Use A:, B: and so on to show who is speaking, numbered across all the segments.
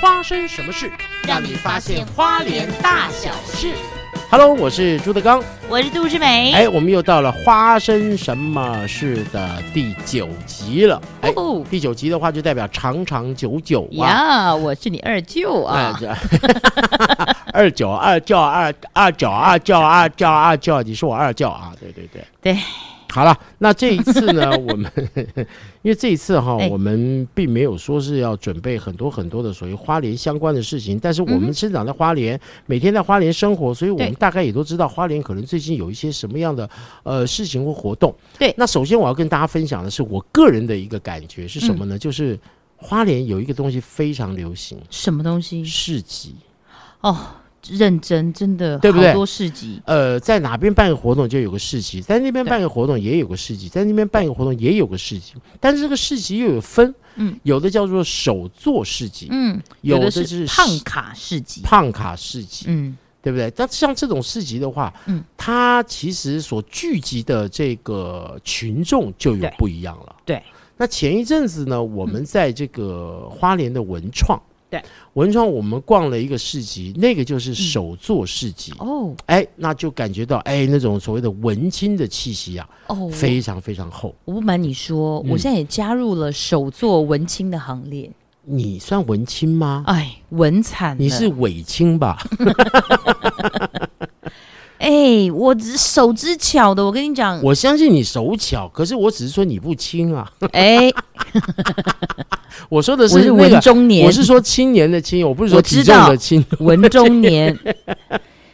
A: 发生什么事？
B: 让你发现花莲大小事。
A: Hello，我是朱德刚。
B: 我是杜志梅。
A: 哎，我们又到了花生什么事的第九集了。哎，
B: 哦
A: 第九集的话就代表长长久久啊。
B: 呀，我是你二舅
A: 哎
B: 啊！
A: 这二九二叫二二九二叫二叫二叫，你是我二叫啊？对对对
B: 对。
A: 好了，那这一次呢，我们因为这一次哈，
B: 哎
A: 我们并没有说是要准备很多很多的所谓花莲相关的事情，但是我
B: 嗯
A: 们
B: 哼
A: 生长在花莲，每天在花莲生活，所以我们
B: 对
A: 大概也都知道花莲可能最近有一些什么样的呃事情或活动。
B: 对
A: 那首先我要跟大家分享的是我个人的一个感觉是什么呢？就是花莲有一个东西非常流行，
B: 什么东西？
A: 市集。
B: 哦，认真，真的，
A: 对不对
B: 好多市集，
A: 呃，在哪边办个活动就有个市集，在那边办个活动也有个市集，在那边办个活动也有个市集，但是这个市集又有分，
B: 嗯，
A: 有的叫做手作市集，
B: 嗯，
A: 有的
B: 的
A: 是
B: 胖卡市集，
A: 胖卡市集，
B: 嗯，
A: 对不对？但像这种市集的话，
B: 嗯，
A: 它其实所聚集的这个群众就有
B: 对
A: 不一样了。
B: 对，嗯
A: 那前一阵子呢，我们在这个花莲的文创，
B: 对，嗯
A: 文创我们逛了一个市集，那个就是手作市集。
B: 哦
A: 哎，那就感觉到哎那种所谓的文青的气息啊，
B: 哦，
A: 非常非常厚。
B: 我不瞒你说，
A: 嗯
B: 我现在也加入了手作文青的行列，
A: 你算文青吗？
B: 哎，文惨了，
A: 你是伪青吧？
B: 嗯哎，我只手之巧的，我跟你讲，
A: 我相信你手巧，可是我只是说你不青啊。
B: 哎，
A: 我说的
B: 嗯我是
A: 那
B: 文
A: 个，
B: 中年，
A: 我是说青年的青，我不是说
B: 我
A: 体
B: 知
A: 重
B: 道
A: 的轻。
B: 文中年。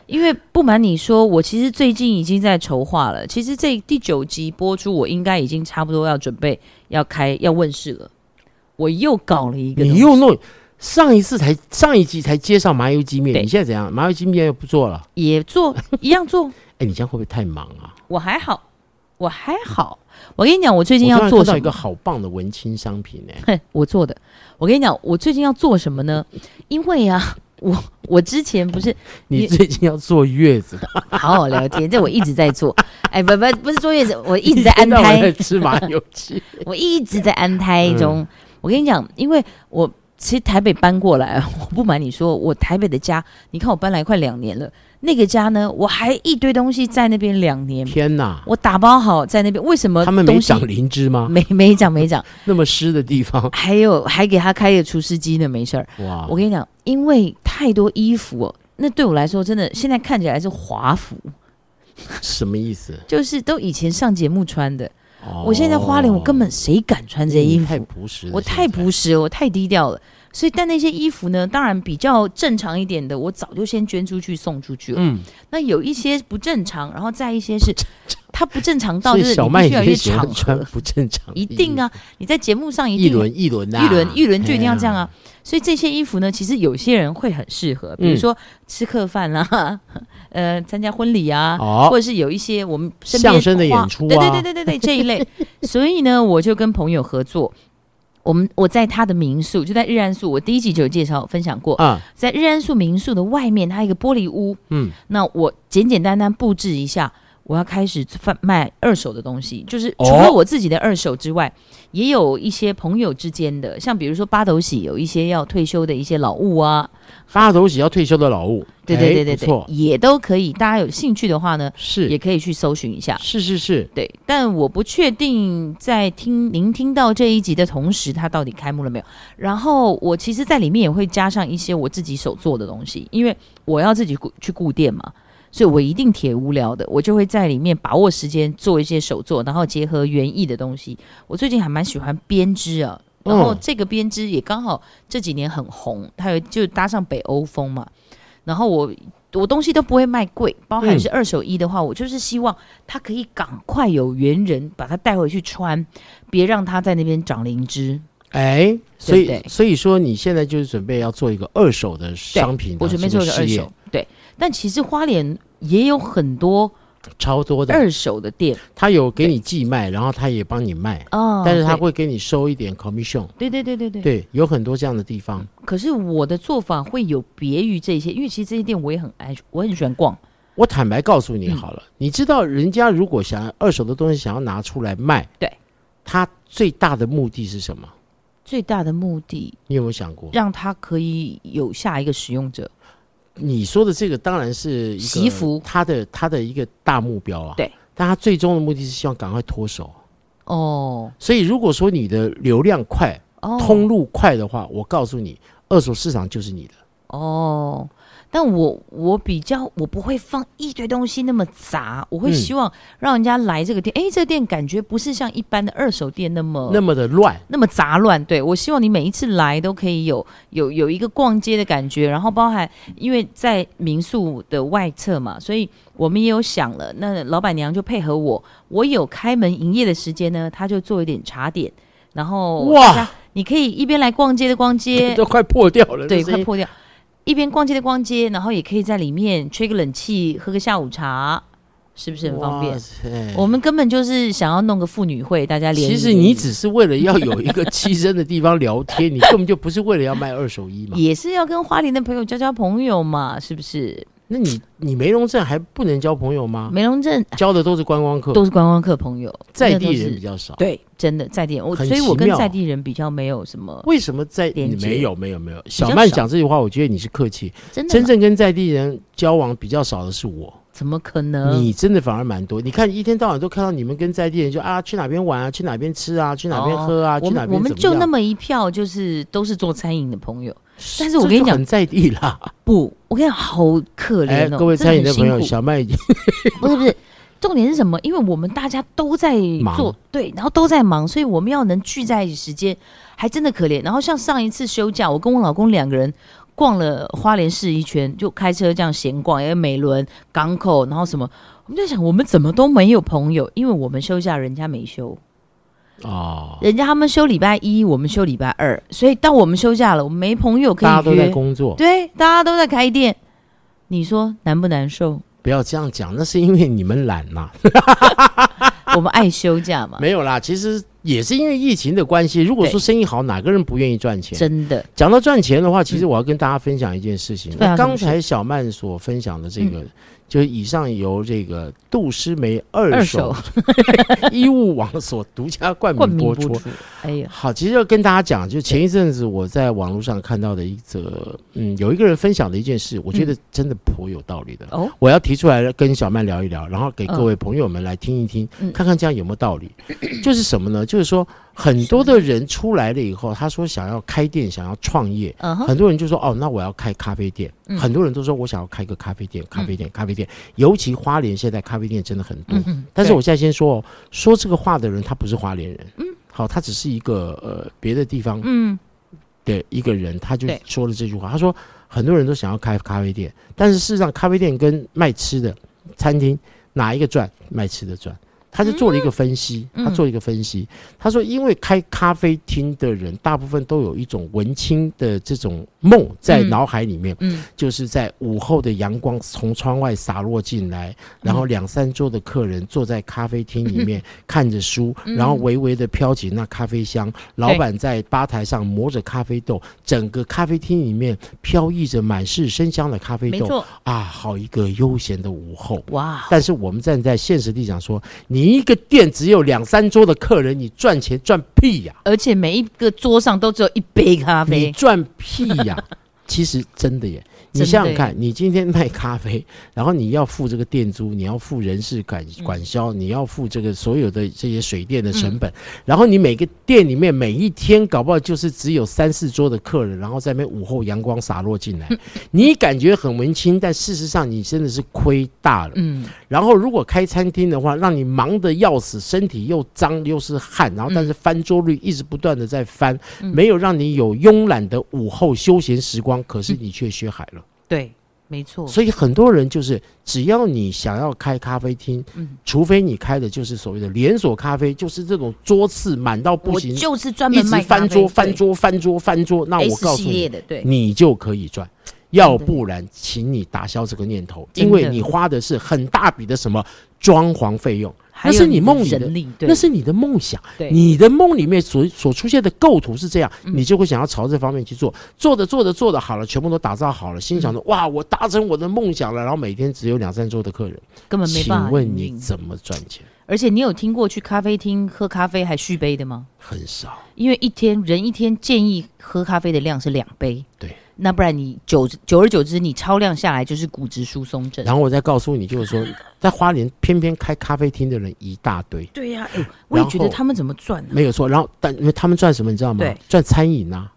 B: 因为不瞒你说，我其实最近已经在筹划了。其实这第九集播出，我应该已经差不多要准备要开要问世了。我又搞了一个东西，
A: 你又弄上一次才上一集才介绍麻油鸡面，
B: 对
A: 你现在怎样？麻油鸡面又不做了？
B: 也做一样做，
A: 哎，你这样会不会太忙啊？
B: 我还好，我还好。我跟你讲，我
A: 我
B: 最近
A: 突
B: 要
A: 然
B: 做
A: 看
B: 什
A: 到
B: 么？
A: 一个好棒的文青商品呢、哎
B: 哼，我做的。我跟你讲，我最近要做什么呢？因为啊，我我之前不是
A: 你
B: 你
A: 最近要坐月子，
B: 好好聊天，这我一直在做。哎，不不不是坐月子，我一直在安
A: 天到晚
B: 胎。
A: 在吃麻油 鸡。
B: 我一直在安胎
A: 嗯
B: 中。我跟你讲，因为我其实台北搬过来，啊 我不瞒你说，我台北的家，你看我搬来快两年了，那个家呢，我还一堆东西在那边两年，
A: 天哪！
B: 我打包好在那边，为什么
A: 他们没
B: 东 西
A: 长灵芝吗？
B: 没没长没长，
A: 那么湿的地 方，
B: 还有还给他开个除湿机呢，没事儿。
A: 哇！
B: 我跟你讲，因为太多衣服、哦，那对我来说真的现在看起来是华服，
A: 什么意思？
B: 就是都以前上节目穿的。
A: 哦
B: 我现在在花莲，我根本谁敢穿这些衣
A: 你
B: 服？
A: 太朴实了，
B: 我太朴
A: 实。
B: 实了，我太低调了。所以，但那些衣服呢，当然比较正常一点的，我早就先捐出去送出去了。
A: 嗯，
B: 那有一些不正常，然后再一些是它不正常到
A: 所
B: 就
A: 以
B: 是
A: 小
B: 你
A: 麦
B: 必须要有
A: 也
B: 一
A: 喜
B: 些
A: 欢
B: 场
A: 穿
B: 合，
A: 不正常的衣
B: 一
A: 服，
B: 定啊！你在节目上一定
A: 一轮一轮啊，
B: 一轮一轮就一定要这样啊
A: 哎呀！。
B: 所以这些衣服呢，其实有些人会很适合，比如
A: 嗯
B: 说吃客饭啦、 呃，参加婚礼啊，
A: 哦，
B: 或者是有一些我们身边
A: 相声的
B: 花
A: 演出啊
B: 对对对对 对对这一类。所以呢，我就跟朋友合作，我们我在他的民宿，就在日安宿，我第一集就有介绍分享过，
A: 啊，
B: 在日安宿民宿的外面，它有一个玻璃屋，
A: 嗯，
B: 那我简简单单布置一下。我要开始贩卖二手的东西，就是
A: 哦
B: 除了我自己的二手之外，也有一些朋友之间的，像比如说八斗喜有一些要退休的一些老物啊，
A: 八斗喜要退休的老物，
B: 对
A: 哎
B: 对对对
A: 不
B: 对，
A: 错，
B: 也都可以。大家有兴趣的话呢，也
A: 是
B: 可以去搜寻一下。
A: 是是是，
B: 对，但我不确定在听您听到这一集的同时，它到底开幕了没有。然后我其实，在里面也会加上一些我自己手做的东西，因为我要自己顾去顾店嘛，所以我一定铁无聊的，我就会在里面把握时间做一些手做，然后结合园艺的东西。我最近还蛮喜欢编织啊，然后
A: 嗯
B: 这个编织也刚好这几年很红，它有就搭上北欧风嘛，然后我。我东西都不会卖贵，包含
A: 嗯
B: 是二手衣的话，我就是希望它可以赶快有缘人把它带回去穿，别让它在那边长灵芝。
A: 哎，所以
B: 对对
A: 所以说你现在就是准备要做一个二手的商品的
B: 我
A: 这
B: 准
A: 个
B: 备
A: 事业，
B: 做一个二手，对。但其实花莲也有很多
A: 超多的，
B: 二手的店
A: 他有给你寄卖，然后他也帮你卖，
B: 啊，
A: 哦但是他
B: 对
A: 会给你收一点 commission，
B: 对对对对对。
A: 对，有很多这样的地方。
B: 可是我的做法会有别于这些，因为其实这些店我也很爱，我很喜欢逛。
A: 我坦白告诉你好
B: 嗯
A: 了，你知道人家如果想要二手的东西想要拿出来卖，
B: 对，
A: 他最大的目的是什么？
B: 最大的目的
A: 你有没有想过？
B: 让它可以有下一个使用者。
A: 你说的这个当然是一个
B: 祈福
A: 他的他的一个大目标啊。
B: 对，
A: 但他最终的目的是希望赶快脱手。
B: 哦
A: 所以如果说你的流量快、
B: 哦，
A: 通路快的话，我告诉你，二手市场就是你的。
B: 哦，但我我比较我不会放一堆东西那么杂，我会
A: 嗯
B: 希望让人家来这个店，诶，这个店感觉不是像一般的二手店那么
A: 那么的乱，
B: 那么杂乱。对我希望你每一次来都可以有有有一个逛街的感觉，然后包含因为在民宿的外侧嘛，所以我们也有想了，那老板娘就配合我，我有开门营业的时间呢，她就做一点茶点，然后
A: 哇
B: 大家，你可以一边来逛街的逛 街，
A: 都快破掉了。
B: 对，
A: 这声
B: 快
A: 音
B: 破掉。一边逛街的逛街，然后也可以在里面吹个冷气，喝个下午茶，是不是很方
A: 哇
B: 便？
A: 塞
B: 我们根本就是想要弄个妇女会，大家联谊。
A: 其实你只是为了要有一个栖身的地方聊 天，你根本就不是为了要卖二手衣嘛。
B: 也是要跟花莲的朋友交交朋友嘛，是不是？
A: 那你你梅龙镇还不能交朋友吗？
B: 梅龙镇
A: 交的都是观光客，
B: 都是观光客朋友，
A: 在
B: 那都
A: 地
B: 是
A: 人比较少。
B: 对，真的在地人，我
A: 很
B: 所以，我
A: 奇
B: 跟
A: 妙
B: 在地人比较没有什么
A: 为什么在
B: 连
A: 你
B: 接
A: 没有没有没有？
B: 较
A: 小曼
B: 少
A: 讲这句话，我觉得你是客气。
B: 真的
A: 真
B: 吗
A: 正跟在地人交往比较少的是我，
B: 怎么可能？
A: 你真的反而蛮多。你看一天到晚都看到你们跟在地人就啊去哪边玩啊，去哪边吃啊，去哪边喝啊，
B: 我
A: 去哪
B: 们
A: 边
B: 哦我们
A: 怎
B: 就
A: 么
B: 那
A: 样。
B: 么一票，就是都是做餐饮的朋友。但是
A: 这
B: 我跟
A: 就
B: 你讲
A: 很在地啦。
B: 不，我跟你讲，好可
A: 哎，
B: 怜哦，
A: 各位
B: 真的
A: 餐
B: 很
A: 饮的朋友，
B: 辛苦
A: 小麦已经
B: 不是不是，重点是什么？因为我们大家都在
A: 忙
B: 做，对，然后都在忙，所以我们要能聚在一起时间，还真的可怜。然后像上一次休假，我跟我老公两个人逛了花莲市一圈，就开车这样闲逛，因为美伦港口，然后什么，我们在想，我们怎么都没有朋友，因为我们休假，人家没休，
A: 哦，
B: 人家他们休礼拜一，我们休礼拜二，所以到我们休假了，我们没朋友可
A: 大家
B: 以
A: 都在
B: 约，
A: 工作，
B: 对，大家都在开店，你说难不难受？
A: 不要这样讲，那是因为你们懒 呐。
B: 我们爱休假嘛，
A: 没有啦，其实也是因为疫情的关系。如果
B: 对
A: 说生意好，哪个人不愿意赚钱？
B: 真的。
A: 讲到赚钱的话，其实我要跟大家分享一件事情。
B: 分享
A: 那
B: 什么
A: 刚才小曼所分享的这个，就是以上由这个杜诗梅二手 衣物网所独家冠
B: 冠
A: 名
B: 名
A: 播
B: 播
A: 出。
B: 出。哎呀，
A: 好，其实要跟大家讲，就前一阵子我在网络上看到的一则，嗯，有一个人分享的一件事，我觉得真的颇有道理的。
B: 嗯哦，
A: 我要提出来跟小曼聊一聊，然后给
B: 嗯
A: 各位朋友们来听一听，
B: 嗯
A: 看看这样有没有道理。就是什么呢？就是说，很多的人出来了以后，他说想要开店，想要创业，
B: 嗯哼，
A: 很多人就说哦，那我要开咖啡店。
B: 嗯
A: 很多人都说我想要开个咖啡店，咖啡店，咖啡店。尤其花莲现在咖啡店真的很多。
B: 嗯哼
A: 但是
B: 对
A: 我现在先说哦，说这个话的人他不是花莲人，嗯，好，他只是一个呃别的地方
B: 嗯
A: 的一个人，他就
B: 对
A: 说了这句话。他说很多人都想要开咖啡店，但是事实上咖啡店跟卖吃的餐厅哪一个赚？卖吃的赚。他就做了一个分析，
B: 嗯
A: 他做了一个分析，他说因为开咖啡厅的人大部分都有一种文青的这种梦在
B: 嗯
A: 脑海里面，
B: 嗯，
A: 就是在午后的阳光从窗外洒落进来，然后两三桌的客人坐在咖啡厅里面 看着书，
B: 嗯
A: 然后微微的飘起那咖啡香，老板在吧台上磨着咖啡豆，整个咖啡厅里面飘逸着满是生香的咖啡
B: 没
A: 豆
B: 错，
A: 啊，好一个悠闲的午后。
B: 哇，
A: 但是我们站在现实地讲说，你一个店只有两三桌的客人，你赚钱赚屁呀、
B: 而且每一个桌上都只有一杯咖
A: 你
B: 啡，
A: 赚屁呀、其实真的耶，你
B: 真的
A: 想想
B: 耶
A: 看，你今天卖咖啡，然后你要付这个店租，你要付人事管
B: 嗯
A: 管销，你要付这个所有的这些水电的成本，然后你每个店里面每一天搞不好就是只有三四桌的客人，然后在那边午后阳光洒落进来，
B: 嗯
A: 你感觉很文青，但事实上你真的是亏大了。
B: 嗯，
A: 然后如果开餐厅的话，让你忙得要死，身体又脏又是汗，然后但是翻桌率一直不断的在翻，
B: 嗯
A: 没有让你有慵懒的午后休闲时光，可
B: 嗯
A: 是你却学海了。
B: 对，没错，
A: 所以很多人就是，只要你想要开咖啡厅，
B: 嗯
A: 除非你开的就是所谓的连锁咖啡，就是这种桌次满到不
B: 我
A: 行，
B: 就是专
A: 一
B: 门
A: 直
B: 卖
A: 翻桌翻
B: 桌，
A: 桌翻桌翻桌，那
B: 对
A: 我
B: S
A: 告诉
B: 系
A: 你
B: 列，的，对，
A: 你就可以赚。要不然，请你打消这个念头，因
B: 真的
A: 为你花的是很大笔的什么装潢费用，
B: 还有
A: 那是
B: 你
A: 你
B: 的
A: 梦里的
B: 人力，对，
A: 那是你的梦想。
B: 对
A: 你的梦里面所所出现的构图是这样，
B: 嗯
A: 你就会想要朝这方面去做。做着做着做着好了，全部都打造好了，心想着
B: 嗯
A: 哇，我达成我的梦想了。然后每天只有两三桌的客人，
B: 根本没办
A: 请
B: 法
A: 问
B: 营
A: 你
B: 运，
A: 怎么赚钱？
B: 而且你有听过去咖啡厅喝咖啡还续杯的吗？
A: 很少。
B: 因为一天人一天建议喝咖啡的量是两杯，
A: 对，
B: 那不然你久久而久之你超量下来就是骨质疏松症。
A: 然后我再告诉你，就是说，在花莲偏偏开咖啡厅的人一大堆，
B: 对呀、哎我也觉得
A: 然后
B: 他们怎么赚呢、
A: 没有错。然后，但因为他们赚什么，你知道吗
B: 对？
A: 赚餐饮啊，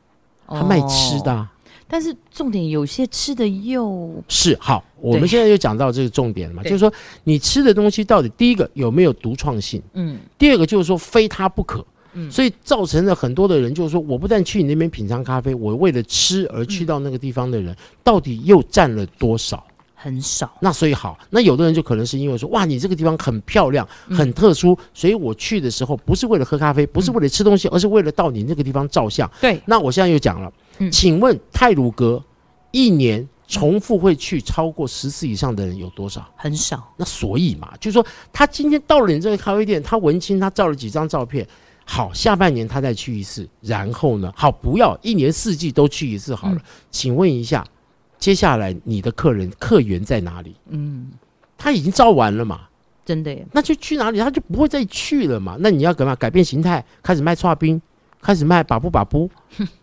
B: 哦
A: 他卖吃的、啊。
B: 但是重点有些吃的又
A: 是好，我
B: 对
A: 们现在就讲到这个重点了嘛，
B: 对
A: 就是说你吃的东西到底第一个有没有独创性，
B: 嗯
A: 第二个就是说非它不可。
B: 嗯
A: 所以造成了很多的人，就是说我不但去你那边品尝咖啡，我为了吃而去到那个地方的人，到底又占了多少？
B: 很少，
A: 那所以好，那有的人就可能是因为说，哇，你这个地方很漂亮，
B: 嗯
A: 很特殊，所以我去的时候不是为了喝咖啡，不是为了吃东
B: 嗯
A: 西，而是为了到你那个地方照相。
B: 对，
A: 那我现在又讲了，
B: 嗯
A: 请问泰鲁阁一年重复会去超过十次以上的人有多少？
B: 很少，
A: 那所以嘛，就是说他今天到了你这个咖啡店，他文青他照了几张照片，好，下半年他再去一次，然后呢，好，不要一年四季都去一次好了。
B: 嗯
A: 请问一下，接下来你的客人客源在哪里？
B: 嗯，
A: 他已经照完了嘛，
B: 真的耶，
A: 那就去哪里，他就不会再去了嘛。那你要干嘛？改变形态，开始卖串冰，开始卖把布把 布，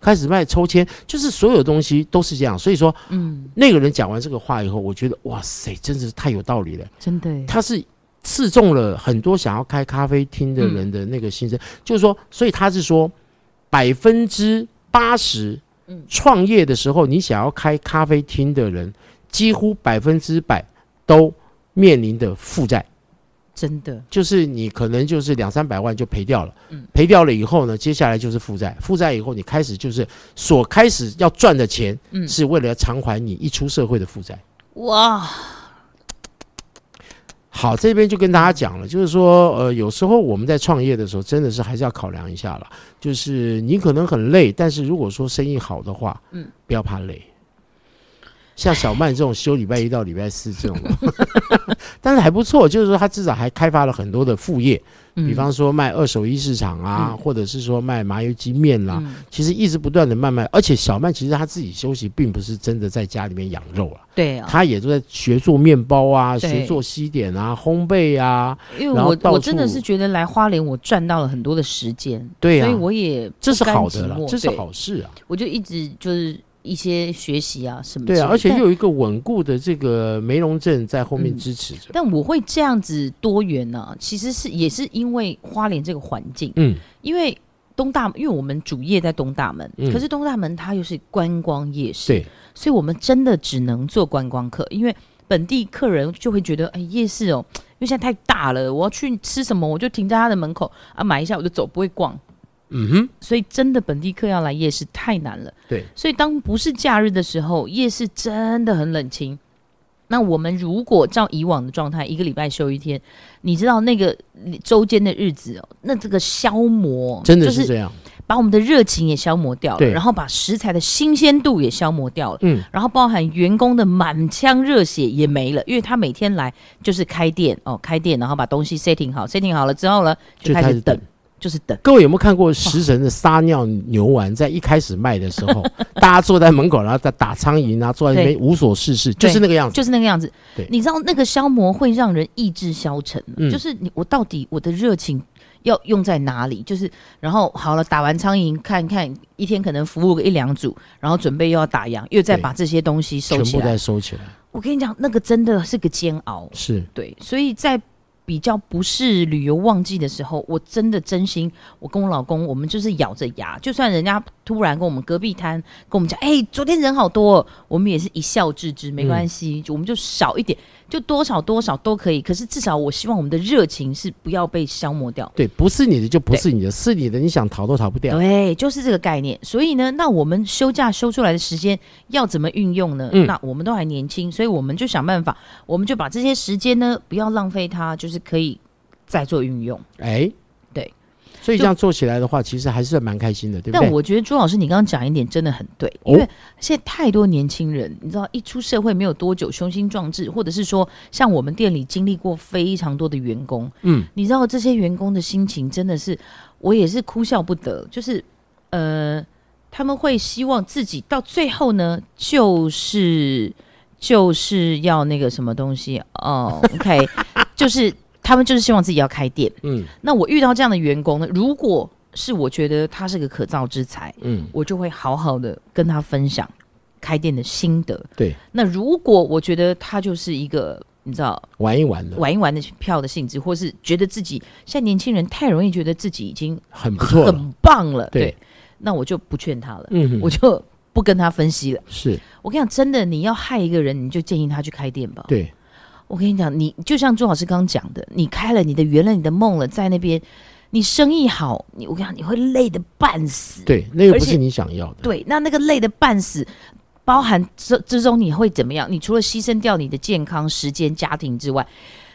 A: 开始卖抽签，就是所有东西都是这样。所以说，
B: 嗯，
A: 那个人讲完这个话以后，我觉得哇塞，真是太有道理了。
B: 真的耶，
A: 他是刺中了很多想要开咖啡厅的人的那个心声，就是说，所以他是说百分之八十
B: 嗯，
A: 创业的时候你想要开咖啡厅的人，几乎百分之百都面临的负债。
B: 真的，
A: 就是你可能就是两三百万就赔掉了，
B: 嗯
A: 赔掉了以后呢，接下来就是负债，负债以后你开始就是所开始要赚的钱，
B: 嗯
A: 是为了要偿还你一出社会的负债。
B: 哇，
A: 好，这边就跟大家讲了，就是说，呃，有时候我们在创业的时候，真的是还是要考量一下了。就是你可能很累，但是如果说生意好的话，
B: 嗯，
A: 不要怕累。像小曼这种休礼拜一到礼拜四这种的， 但是还不错，就是说他至少还开发了很多的副业，
B: 嗯
A: 比方说卖二手衣市场啊，
B: 嗯
A: 或者是说卖麻油鸡面啦、
B: 嗯
A: 其实一直不断的慢慢，而且小曼其实她自己休息，并不是真的在家里面养肉啊，
B: 对啊，
A: 她也都在学做面包啊，
B: 对
A: 学做西点啊，烘焙啊，
B: 因为
A: 然后
B: 我
A: 到
B: 我真的
A: 处
B: 是觉得来花莲我赚到了很多的时间，
A: 对呀、
B: 所以我也
A: 这是
B: 不甘
A: 好
B: 寂
A: 的啦
B: 寞，
A: 这是
B: 对
A: 好事啊，
B: 我就一直就是一些学习啊什么之类
A: 对
B: 的，
A: 啊，而且
B: 但
A: 又有一个稳固的这个梅龙镇在后面
B: 嗯
A: 支持着，
B: 但我会这样子多元呢、其实是也是因为花莲这个环境，
A: 嗯，
B: 因为东大，因为我们主业在东大门，
A: 嗯
B: 可是东大门它又是观光夜市，
A: 对，
B: 所以我们真的只能做观光客，因为本地客人就会觉得，哎，夜市哦，因为现在太大了，我要去吃什么，我就停在他的门口啊，买一下我就走，不会逛。
A: 嗯哼，
B: 所以真的本地客要来夜市太难了。
A: 对，
B: 所以当不是假日的时候，夜市真的很冷清。那我们如果照以往的状态，一个礼拜休一天，你知道那个周间的日子哦，那这个消磨
A: 真的
B: 就是是
A: 这样，
B: 把我们的热情也消磨掉了，
A: 对
B: 然后把食材的新鲜度也消磨掉了。
A: 嗯，
B: 然后包含员工的满腔热血也没了，因为他每天来就是开店哦，开店，然后把东西 setting 好，setting 好了之后呢，就开始等，。就是等。
A: 各位有没有看过食神的撒尿牛丸？在一开始卖的 时候，大家坐在门口，然后在打苍蝇啊，坐在那边无所事事，就
B: 对
A: 是那个样子。
B: 就是那个样子
A: 对。
B: 你知道那个消磨会让人意志消沉，
A: 嗯
B: 就是你我到底我的热情要用在哪里？就是然后好了，打完苍蝇看看，一天可能服务个一两组，然后准备又要打烊，又再
A: 对
B: 把这些东西收
A: 全
B: 起
A: 部
B: 来
A: 再。收起来，
B: 我跟你讲，那个真的是个煎熬。
A: 是
B: 对，所以在比较不是旅游旺季的时候，我真的真心，我跟我老公，我们就是咬着牙，就算人家突然跟我们隔壁摊跟我们讲，哎、昨天人好多哦，我们也是一笑置之，没关系，就我们就少一点，就多少多少都可以，可是至少我希望我们的热情是不要被消磨掉。
A: 对，不是你的就不是你的，是你的你想逃都逃不掉。
B: 对，就是这个概念。所以呢，那我们休假休出来的时间要怎么运用呢？
A: 嗯
B: 那我们都还年轻，所以我们就想办法，我们就把这些时间呢不要浪费它，就是可以再做运用。
A: 哎，
B: 对，
A: 所以
B: 就
A: 这样做起来的话，其实还是蛮开心的，对不
B: 但
A: 对？
B: 我觉得朱老师你刚刚讲一点真的很对，
A: 哦
B: 因为现在太多年轻人，你知道一出社会没有多久，雄心壮志，或者是说像我们店里经历过非常多的员工，
A: 嗯，
B: 你知道这些员工的心情真的是，我也是哭笑不得，就是呃，他们会希望自己到最后呢， 就是就是要那个什么东西哦，OK，就是他们就是希望自己要开店。
A: 嗯
B: 那我遇到这样的员工呢，如果是我觉得他是个可造之才，
A: 嗯，
B: 我就会好好的跟他分享开店的心得。
A: 对，
B: 那如果我觉得他就是一个你知道
A: 玩一玩的，
B: 玩一玩的票的性质，或是觉得自己现在年轻人太容易觉得自己已经
A: 很不错了。
B: 很棒了，
A: 对
B: 那我就不劝他了，
A: 嗯哼，
B: 我就不跟他分析了。
A: 是
B: 我跟你讲，真的，你要害一个人，你就建议他去开店吧。
A: 对，
B: 我跟你讲，你就像朱老师刚刚讲的，你开了你的圆了你的梦了，在那边你生意好，你我跟你讲，你会累得半死。
A: 对，那个
B: 而
A: 不
B: 且
A: 是你想要的。
B: 对，那那个累得半死，包含之之中你会怎么样？你除了牺牲掉你的健康、时间、家庭之外，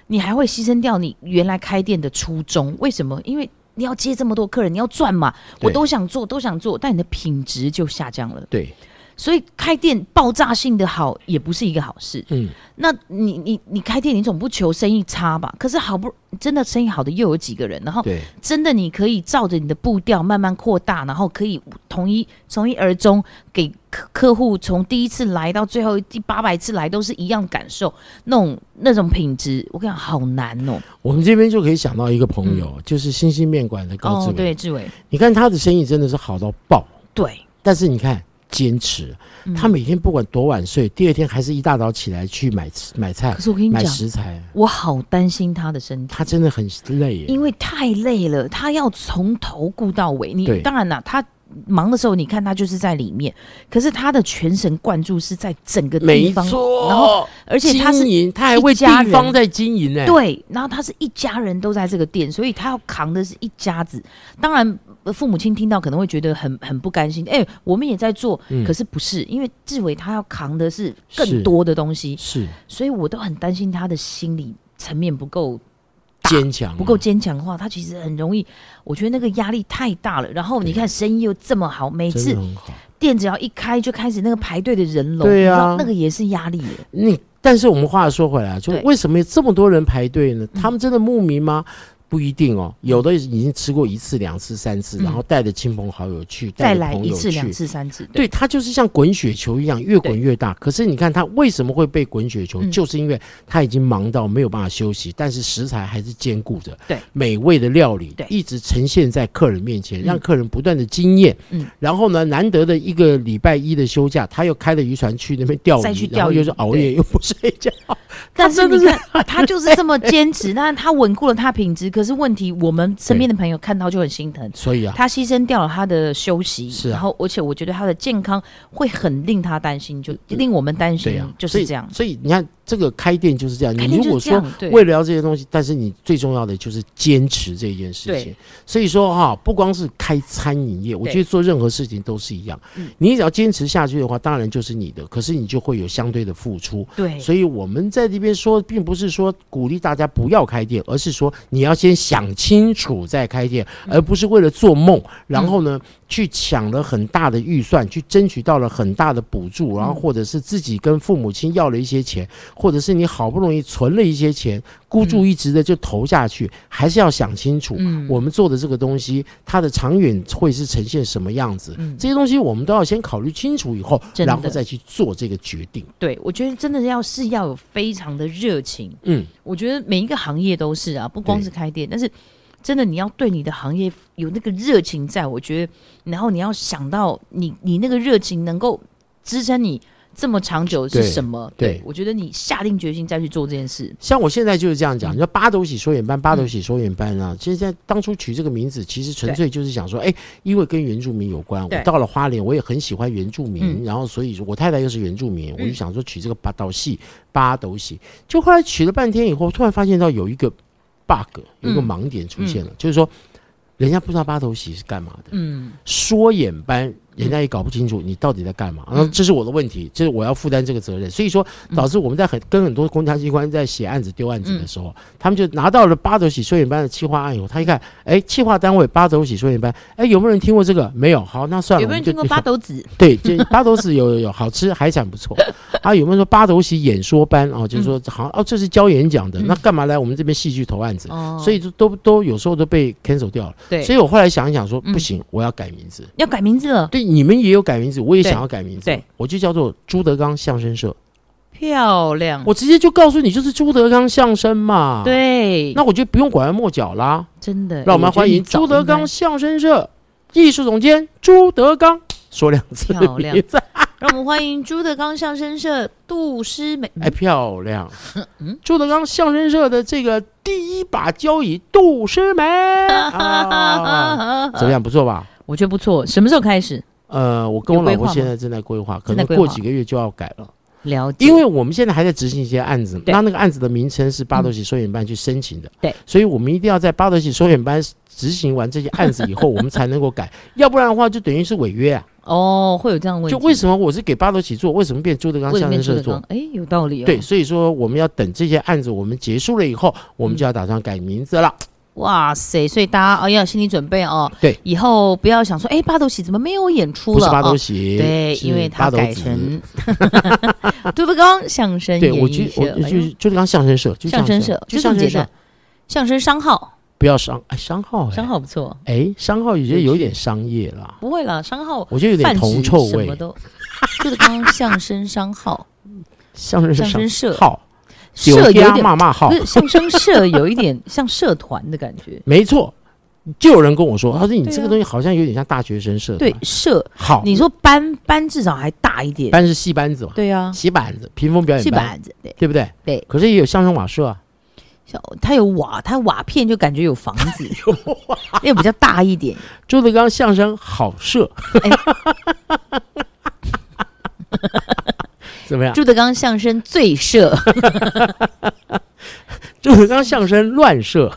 B: 你还会牺牲掉你原来开店的初衷。为什么？因为你要接这么多客人，你要赚嘛，我
A: 对
B: 都想做，都想做，但你的品质就下降了。
A: 对，
B: 所以开店爆炸性的好也不是一个好事。
A: 嗯，
B: 那你你你开店，你总不求生意差吧？可是好不真的生意好的又有几个人？然后
A: 对，
B: 真的你可以照着你的步调慢慢扩大，然后可以从一从一而终，给客客户从第一次来到最后第八百次来都是一样感受，那种那种品质，我跟你讲好难哦。
A: 我们这边就可以想到一个朋友，就是星星面馆的高志
B: 嗯哦，对，
A: 伟。
B: 志伟，
A: 你看他的生意真的是好到爆，
B: 对，
A: 但是你看坚持，
B: 嗯
A: 他每天不管多晚睡，第二天还是一大早起来去买吃买菜
B: 可、是我跟你
A: 哎买
B: 讲，
A: 食材，
B: 我好担心他的身体。
A: 他真的很累耶。
B: 因为太累了，他要从头顾到尾。你
A: 对
B: 当然啦，他忙的时候，你看他就是在里面，可是他的全神贯注是在整个
A: 没
B: 地方，
A: 错，
B: 然后而且他是
A: 经营，他还为
B: 一
A: 地
B: 家人
A: 方在经营呢。，
B: 对，然后他是一家人都在这个店，所以他要扛的是一家子。当然，呃父母亲听到可能会觉得很很不甘心，哎、我们也在做，
A: 嗯
B: 可是不是，因为志伟他要扛的是更
A: 是
B: 多的东西，
A: 是
B: 所以我都很担心他的心理层面不够打
A: 坚强啊，
B: 不够坚强的话，他其实很容易，我觉得那个压力太大了。然后你看生意又这么好，每
A: 真
B: 次
A: 的很好。
B: 店只要一开就开始那个排队的人龙，
A: 对啊
B: 你知道那个也是压力耶。
A: 你，但是我们话说回来，就
B: 对嗯
A: 为什么这么多人排队呢？他们真的慕名吗？不一定哦，有的已经吃过一次、两次、三次，
B: 嗯
A: 然后带着亲朋好友去，
B: 再
A: 带着
B: 来
A: 朋
B: 一
A: 友
B: 次、两
A: 去。
B: 次、三次，对
A: 对，它就是像滚雪球一样，越滚越大。可是你看，它为什么会被滚雪球？
B: 嗯
A: 就是因为它已经忙到没有办法休息，但是食材还是兼顾着，
B: 对
A: 美味的料理
B: 对，
A: 一直呈现在客人面前，
B: 嗯
A: 让客人不断的惊艳。
B: 嗯，
A: 然后呢，难得的一个礼拜一的休假，他又开了渔船去那边钓鱼，
B: 再去
A: 然后
B: 钓鱼
A: 又是熬夜又不睡 觉。
B: 但是
A: 真的
B: 你
A: 是
B: 看，他就是这么坚持，但他稳固了他品质。可是问题，我们身边的朋友看到就很心疼，
A: 所以啊，
B: 他牺牲掉了他的休息，
A: 是啊
B: 然后而且我觉得他的健康会很令他担心，就令我们担
A: 对
B: 心
A: 呀、啊，，
B: 就是这样。
A: 所以。所以你看，这个开店就是这样。
B: 开
A: 你
B: 店
A: 如
B: 就
A: 果
B: 是这
A: 说
B: 样，对
A: 为了要这些东西，但是你最重要的就是坚持这件事情
B: 对。
A: 所以说哈，不光是开餐饮业，我
B: 对
A: 觉得做任何事情都是一样
B: 嗯。
A: 你只要坚持下去的话，当然就是你的，可是你就会有相对的付出。
B: 对，
A: 所以我们在这边说，并不是说鼓励大家不要开店，而是说你要先想清楚再开店，
B: 嗯
A: 而不是为了做梦，然后呢去抢了很大的预算，去争取到了很大的补助，
B: 嗯
A: 然后或者是自己跟父母亲要了一些钱，或者是你好不容易存了一些钱，孤注一掷的就投下去，还是要想清楚。
B: 嗯
A: 我们做的这个东西，它的长远会是呈现什么样子？
B: 嗯
A: 这些东西我们都要先考虑清楚以后，
B: 真的
A: 然后再去做这个决定。
B: 对，我觉得真的要是要有非常的热情。
A: 嗯，
B: 我觉得每一个行业都是啊，不光是开店，但是真的你要对你的行业有那个热情在，我觉得，然后你要想到你你那个热情能够支撑你这么长久是
A: 对
B: 什么？
A: 对
B: 我觉得你下定决心再去做这件事，
A: 像我现在就是这样
B: 嗯
A: 讲，你说八斗喜说演班，八斗喜说演班啊，其实在当初取这个名字，其实纯粹就是想说，哎，因为跟原住民有关，
B: 对
A: 我到了花莲，我也很喜欢原住
B: 嗯
A: 民，然后所以说我太太又是原住民，我就
B: 嗯
A: 想说取这个八斗戏，八斗喜，就后来取了半天以后，突然发现到有一个 bug，有一个
B: 嗯
A: 盲点出现了，就是说人家不知道八斗喜是干嘛的，
B: 嗯，
A: 说演班，人家也搞不清楚你到底在干嘛。
B: 嗯
A: 那、这是我的问题，这是我要负担这个责任。所以说，导致我们在很跟很多公家机关在写案子、丢案子的时候，
B: 嗯
A: 他们就拿到了八斗喜说演班的企划案以后，他一看，哎，企划单位八斗喜说演班，哎，有没有人听过这个？没有，好，那算了，
B: 有没有
A: 我们
B: 人
A: 就
B: 听过八斗子？
A: 对，就八斗子有有有好吃，海产不 错。啊，有没有说八斗喜演说班哦？就是说，好哦，这是教演讲的，
B: 嗯
A: 那干嘛来我们这边戏剧投案子？
B: 哦，
A: 所以就都都有时候都被 cancel 掉了。
B: 对
A: 所以我后来想一想说，
B: 嗯
A: 不行，我要改名字。
B: 要改名字了。
A: 对，你们也有改名字，我也
B: 对
A: 想要改名字，
B: 对
A: 我就叫做朱德刚相声社。
B: 漂亮，
A: 我直接就告诉你，就是朱德刚相声嘛。，
B: 嗯对，
A: 那我就不用拐弯抹角啦。
B: 真的，哎
A: 让我们
B: 觉得
A: 欢
B: 你
A: 迎
B: 早
A: 朱德
B: 应该
A: 刚相声社艺术总监朱德刚，说两次
B: 漂亮
A: 名字
B: 让我们欢迎朱德刚相声社杜诗美。
A: 哎，漂亮！
B: 嗯
A: 朱德刚相声社的这个第一把交椅杜诗 梅、啊，怎么样？不错吧？
B: 我觉得不错。什么时候开始？
A: 呃，我跟我
B: 有规
A: 老
B: 划
A: 婆
B: 吗
A: 现在正在规划，可
B: 正在
A: 能
B: 规
A: 过
B: 划
A: 几个月就要改了，
B: 了解，
A: 因为我们现在还在执行一些案子，
B: 对嗯
A: 那那个案子的名称是八斗戏双演班去申请的，
B: 对，
A: 所以我们一定要在八斗戏双演班执行完这些案子以后，我们才能够 改，要不然的话就等于是违约啊。
B: 哦会有这样的问题，
A: 就为
B: 么
A: 什么我是给八斗起做，为什么变朱德刚
B: 为什
A: 相
B: 么
A: 声社
B: 朱德刚
A: 做？？
B: 哎，有道理哦。
A: 对，，所以说我们要等这些案子我们结束了以后，我
B: 嗯
A: 们就要打算改名字了。
B: 哇塞！所以大家哦要有心理准备哦。
A: 对，
B: 以后不要想说，哎，八斗喜怎么没有演出
A: 不
B: 了？
A: 是八斗
B: 哦
A: 喜，
B: 对，
A: 是
B: 因为
A: 八
B: 他
A: 斗
B: 改
A: 子。
B: 成 朱德刚相 声
A: 对
B: 演
A: 我就
B: 艺
A: 我呃
B: 社，哎
A: 就
B: 呦
A: 就朱德刚相声社，就
B: 相声社
A: 就
B: 就这
A: 相声
B: 么简
A: 社
B: 单，，相声商号，
A: 不要商哎商号
B: 商
A: 哎
B: 号不错，
A: 哎商号，有些有点商业啦，
B: 不会啦，商号
A: 我觉得有点
B: 泛
A: 铜
B: 指
A: 臭
B: 什
A: 味
B: 么。 都。朱德刚相声商号，
A: 相声
B: 相声社
A: 号，
B: 社有
A: 家
B: 点
A: 骂骂号，
B: 不，是相声社有一点像社团的感觉
A: 没错。就有人跟我说，他说你
B: 对
A: 这
B: 啊
A: 个东西好像有点像大学生社团
B: 对，社，
A: 好，
B: 你说班班至少还大一点，
A: 哦班是戏班子嘛，
B: 对啊，
A: 戏板子屏风表演
B: 是
A: 班，
B: 板子，对，
A: 对不对？
B: 对
A: 可是也有相声瓦舍啊，
B: 像它有瓦，它瓦片就感觉有房 子，那比较大一点，
A: 朱德刚相声好社，
B: 哎
A: 怎么样？
B: 朱德刚相声 最社，
A: 朱德刚相声乱社，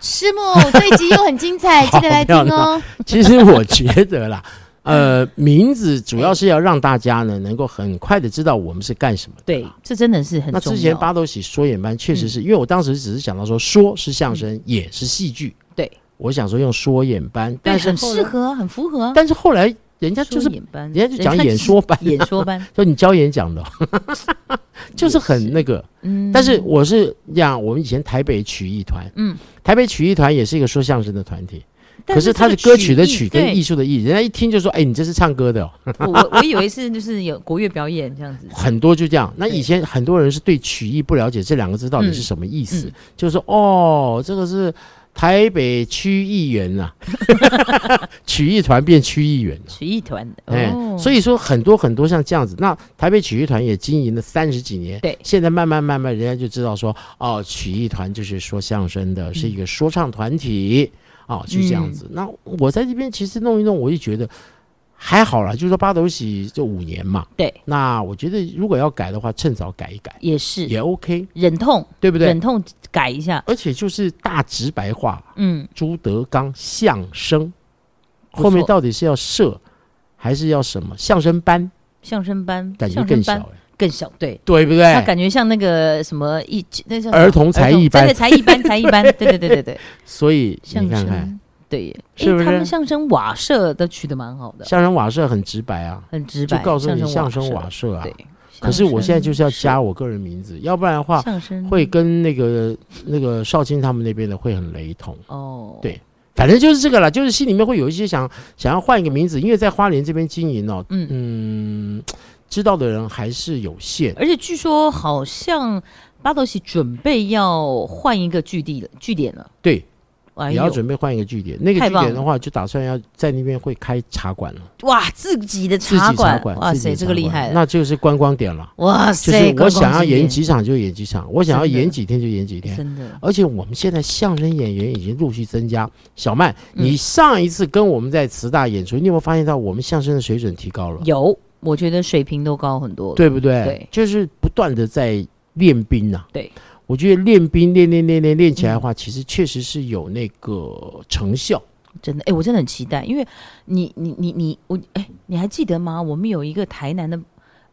C: 师母，这一集又很精彩，记得来听
A: 好漂
C: 哦。
A: 其实我觉得 啦。
B: 嗯
A: 呃，名字主要是要让大家呢能够很快的知道我们是干什么的。
B: 对，这真的是很
A: 那
B: 重
A: 之前
B: 要。嗯
A: 八斗喜说演班确实是、因为我当时只是想到说说是相声、也是戏剧，
B: 对，
A: 我想说用说演班，
B: 对，
A: 但是
B: 很
A: 后
B: 适
A: 来，
B: 合啊，很符合啊。
A: 但是后来人家就是
B: 说演班，
A: 人家就讲演说班
B: 演说班
A: ，说你教演讲的， 就是很那个。
B: 嗯，
A: 但是我是这样，我们以前台北曲艺团，
B: 嗯，
A: 台北曲艺团也是一个说相声的团体，
B: 但
A: 可是它是歌曲的曲
B: 这个
A: 跟艺术的艺，人家一听就说，哎，你这是唱歌的、哦，，
B: 对，我我我以为是就是有国乐表演这样子
A: 很多就这样。那
B: 对
A: 以前很多人是对曲艺不了解这两个字到底是什么意思，
B: 嗯嗯
A: 就是说哦，这个是台北区议员呐、 曲艺团变区议员。
B: 曲艺团的，
A: 哎、
B: 哦，
A: 所以说很多很多像这样子，那台北曲艺团也经营了三十几年，
B: 对
A: 现在慢慢慢慢，人家就知道说，哦，曲艺团就是说相声的，
B: 嗯
A: 是一个说唱团体，哦，就这样子。那我在这边其实弄一弄，我就觉得还好啦，就是说八斗喜这五年嘛，
B: 对，
A: 那我觉得如果要改的话，趁早改一改
B: 也是
A: 也 OK，
B: 忍痛
A: 对不对
B: 忍？痛改一下，
A: 而且就是大直白话，
B: 嗯，
A: 朱德刚相声，
B: 不错
A: 后面到底是要社还是要什么相声班？
B: 相声班，
A: 感觉
B: 相
A: 更
B: 声
A: 小、
B: 班
A: 欸，
B: 更小，对，
A: 对不
B: 他
A: 对？
B: 感觉像那个什么一那叫什么
A: 儿童才艺班
B: 真的才艺班，才艺 班，对对对对对，
A: 所以你
B: 相
A: 看看，
B: 声，对耶，诶
A: 是不是
B: 他们相声瓦舍都取得蛮好的，
A: 相声瓦舍很直白啊，
B: 很直
A: 就
B: 白，
A: 告诉你
B: 相
A: 相声瓦
B: 舍，
A: 舍啊。
B: 对。
A: 可是我现在就是要
B: 相
A: 加我个人名字，要不然的话
B: 声社相声
A: 会跟那个那个绍兴他们那边的会很雷同。
B: 哦，
A: 对反正就是这个啦，就是心里面会有一些想想要换一个名字，因为在花莲这边经营哦，
B: 嗯
A: 嗯，知道的人还是有限。
B: 而且据说好像巴斗喜准备要换一个据地了，据点了，
A: 对，
B: 哎
A: 也要
B: 呦，
A: 准备换一个据点。那个
B: 太
A: 据
B: 棒
A: 点的话，就打算要在那边会开茶馆了，
B: 哇，自己的
A: 自己
B: 茶馆，
A: 馆，
B: 哇
A: 自己
B: 塞，
A: 的
B: 这
A: 茶
B: 个厉
A: 馆
B: 害了，
A: 那就是观光点了。
B: 哇
A: 就
B: 塞，
A: 是我
B: 观光
A: 想要
B: 景点
A: 演几场就演几场，我想要
B: 真的
A: 演几天就演几天。
B: 真的，
A: 而且我们现在相声演员已经陆续增加。小曼，
B: 嗯
A: 你上一次跟我们在慈大演出，你有没有发现到我们相声的水准提高了？
B: 有，我觉得水平都高很多了。
A: 对不对？
B: 对
A: 就是不断的在练兵呐、
B: 对，
A: 我觉得练兵练练练练练起来的话，其实确实是有那个成效。
B: 真的，哎、我真的很期待，因为你你你你我，哎、你还记得吗？我们有一个台南的，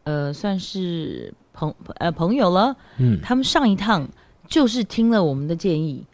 B: 呃，算是朋呃朋友了，
A: 嗯，
B: 他们上一趟就是听了我们的建议，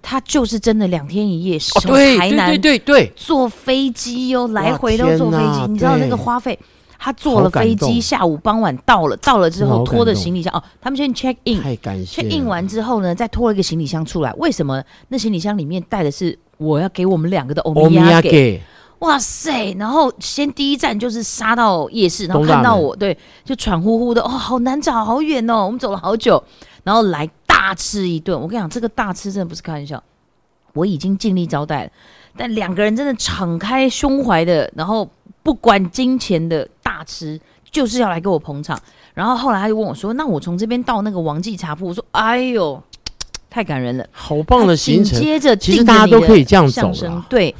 B: 他就是真的两天一夜，
A: 哦，
B: 从
A: 对
B: 台
A: 对
B: 南
A: 对对对，
B: 坐飞机哟、来回都
A: 天
B: 坐飞
A: 哪
B: 机，你知道那
A: 对
B: 个花费。他坐
A: 好
B: 了
A: 感
B: 飞
A: 动
B: 机，下午傍晚到了，到了之
A: 哇好
B: 后
A: 感
B: 拖着
A: 动
B: 行李箱哦，他们先 check in，
A: 太感谢了。
B: 去印完之后呢，再拖了一个行李箱出来。为什么？那行李箱里面带的是我要给我们两个的欧
A: 欧
B: 米
A: 米
B: 亚
A: 亚
B: 给。
A: 给，
B: 哇塞！然后先第一站就是杀到夜市，然后
A: 东大
B: 看到
A: 门
B: 我，对，就喘呼呼的，哦，好难找，好远哦，我们走了好久，然后来大吃一顿。我跟你讲，这个大吃真的不是开玩笑，我已经尽力招待了，但两个人真的敞开胸怀的，然后不管金钱的大吃，就是要来给我捧场。然后后来他就问我说：“那我从这边到那个王记茶铺？”我说：“哎呦，太感人了。”
A: 好棒的行
B: 紧
A: 程，
B: 接着
A: 其实
B: 定
A: 大家
B: 着你
A: 都可以
B: 的
A: 这样
B: 相
A: 走
B: 声
A: 啦
B: 对，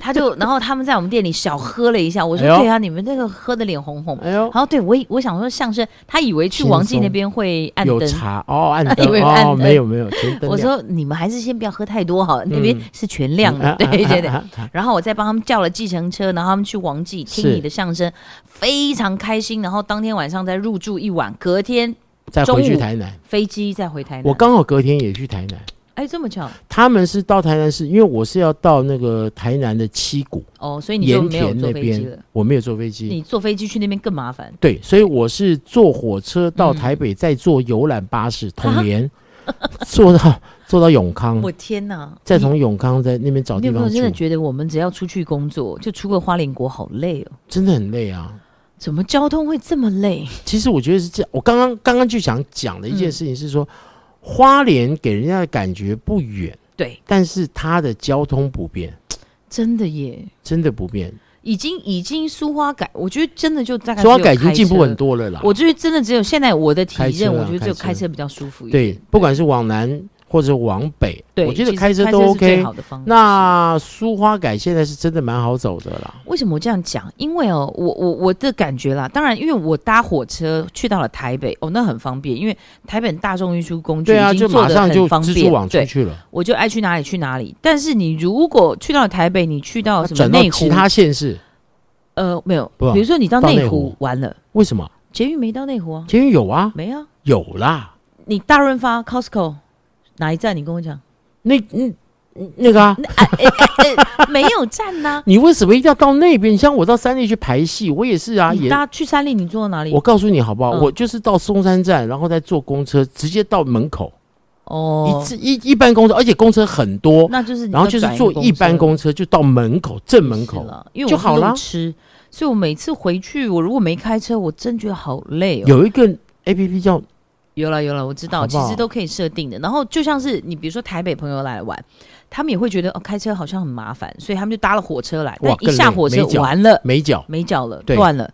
B: 他就然后他们在我们店里小喝了一下，我说、
A: 哎呦
B: 对啊，你们那个喝的脸红红。
A: 哎呦
B: 然，后对我以我想说相声，他以为去
A: 轻
B: 王记那
A: 松
B: 边会按
A: 有
B: 灯。
A: 茶哦， 暗
B: 因
A: 灯
B: 为暗
A: 哦，
B: 灯
A: 没有没有，全灯
B: 我
A: 亮
B: 说你们还是先不要喝太多好了，那边
A: 嗯
B: 是全亮的，
A: 嗯
B: 对对对。
A: 啊啊啊啊
B: 然后我再帮他们叫了计程车，然后他们去王记听
A: 是
B: 你的相声，非常开心。然后当天晚上再入住一晚，隔天
A: 再
B: 中
A: 回去
B: 午
A: 台南。
B: 飞机再回台南。
A: 我刚好隔天也去台南，
B: 哎这么巧
A: 他们是到台南市，因为我是要到那个台南的七股
B: 哦，所以你就
A: 盐
B: 没有
A: 田
B: 坐
A: 那
B: 飞机了
A: 边，，我没有坐飞机。
B: 你坐飞机去那边更麻烦。
A: 对，所以我是坐火车到
B: 嗯
A: 台北，再坐游览巴士，
B: 啊
A: 统联坐到坐到永康，
B: 我天哪！
A: 再从永康嗯在那边找
B: 你
A: 地
B: 有没有
A: 方
B: 真的
A: 住，
B: 觉得我们只要出去工作，就出个花莲国好累哦？
A: 真的很累啊。
B: 怎么交通会这么累？
A: 其实我觉得是这样，我刚刚刚刚就想讲的一件
B: 嗯
A: 事情是说，花莲给人家的感觉不远，
B: 对，
A: 但是它的交通不便，
B: 真的耶，
A: 真的不便。
B: 已经已经苏花改，我觉得真的就大概
A: 所以
B: 只
A: 它改
B: 有
A: 已经
B: 开
A: 进步
B: 车
A: 很。多了啦。
B: 我觉得真的只有现在我的体
A: 开车
B: 认，
A: 啊
B: 我觉得只有
A: 开车
B: 开车比较舒服一点。
A: 对，不管是往南或者往北，
B: 对，
A: 我觉得
B: 其实
A: 开车都
B: 是最
A: OK
B: 好。的方式
A: 那苏花改现在是真的蛮好走的啦，
B: 为什么我这样讲？因为哦，我我我的感觉啦，当然，因为我搭火车去到了台北，哦，那很方便，因为台北大众运输工具
A: 对啊，
B: 已经
A: 就
B: 做
A: 马
B: 得
A: 上就
B: 很方
A: 蜘蛛
B: 便，
A: 网出
B: 对，
A: 去了，
B: 我就爱去哪里去哪里。但是你如果去到台北，你去哦到什么
A: 转到
B: 内湖
A: 其，他县市，
B: 呃，没有
A: 不，啊
B: 比如说你到
A: 到
B: 内
A: 内
B: 湖
A: 湖
B: 完了，
A: 为什么？
B: 捷运没到内湖啊，
A: 其实有啊，
B: 没啊，
A: 有啦，
B: 你大润发、Costco 哪一站？你跟 我讲，
A: 那嗯那个啊。
B: 那哎哎哎哎没有站呐、
A: 你为什么一定要到那边？你像我到三立去排戏，我也是啊，
B: 你
A: 也
B: 搭去三立，你坐到哪里
A: 我？告诉你好不好？
B: 嗯
A: 我就是到松山站，然后再坐公车，直接到门口，
B: 哦
A: 一，次一一般公车，而且公车很多，
B: 那就是你
A: 然后就是坐一般公车就到门口正门
B: 是
A: 口。
B: 了，因为
A: 就
B: 我是
A: 好啦
B: 路痴，所以我每次回去，我如果没开车，我真觉得好累哦。
A: 有一个 A P P 叫
B: 有了有了，我知道，
A: 好
B: 其
A: 不好
B: 实都可以设定的。然后就像是你，比如说台北朋友来玩，他们也会觉得哦，开车好像很麻烦，所以他们就搭了火车来。但
A: 哇
B: 一下
A: 更累
B: 火车
A: 没脚
B: 完了，
A: 美角，
B: 没脚了，
A: 对
B: 断了。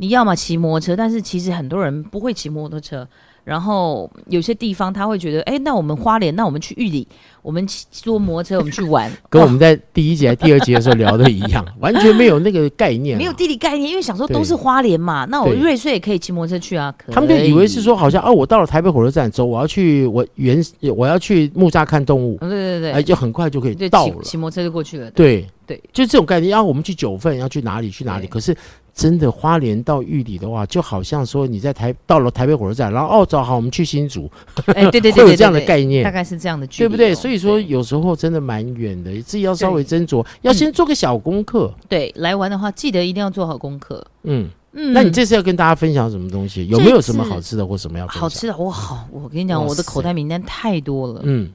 B: 你要么骑摩托车，但是其实很多人不会骑摩托车。然后有些地方他会觉得，哎，那我们花莲，那我们去玉里，我们骑坐摩托车，我们去玩，
A: 跟
B: 哇
A: 我们在第一节、第二节的时候聊的一 样，完全没有那个概念、啊
B: 没有。地理概念，因为想说
A: 对
B: 都是花莲嘛，那我
A: 对
B: 瑞穗也可以骑摩托车去啊。可
A: 他们就以为是说，好像哦，我到了台北火车站，走，我要去我原我要去木栅看动物，
B: 嗯，对对
A: 哎，
B: 对
A: 就很快就可
B: 对，
A: 以
B: 就
A: 到
B: 骑
A: 了。
B: 骑摩托车就过去了。
A: 对
B: 对，
A: 就这种概念。要啊我们去九份，要去哪里去哪里？
B: 对
A: 可是真的花莲到玉里的话，就好像说你在台到了台北火车站，然后哦，走好，我们去新竹，
B: 哎，对对对，
A: 会有
B: 对
A: 这样的
B: 对
A: 概念
B: 大。概是这样的距
A: 对
B: 离哦，
A: 不对？所以说
B: 对
A: 有时候真的蛮远的，自己要稍微斟酌，要先做个小功课。
B: 对来玩的话，记得一定要做好功课。
A: 嗯，
B: 嗯，
A: 那你这次要跟大家分享什么东西？有没有什么好吃的或什么要分享？
B: 好吃的哇，好我跟你讲，
A: 哇
B: 我的
A: 塞
B: 口袋名单太多了。
A: 嗯，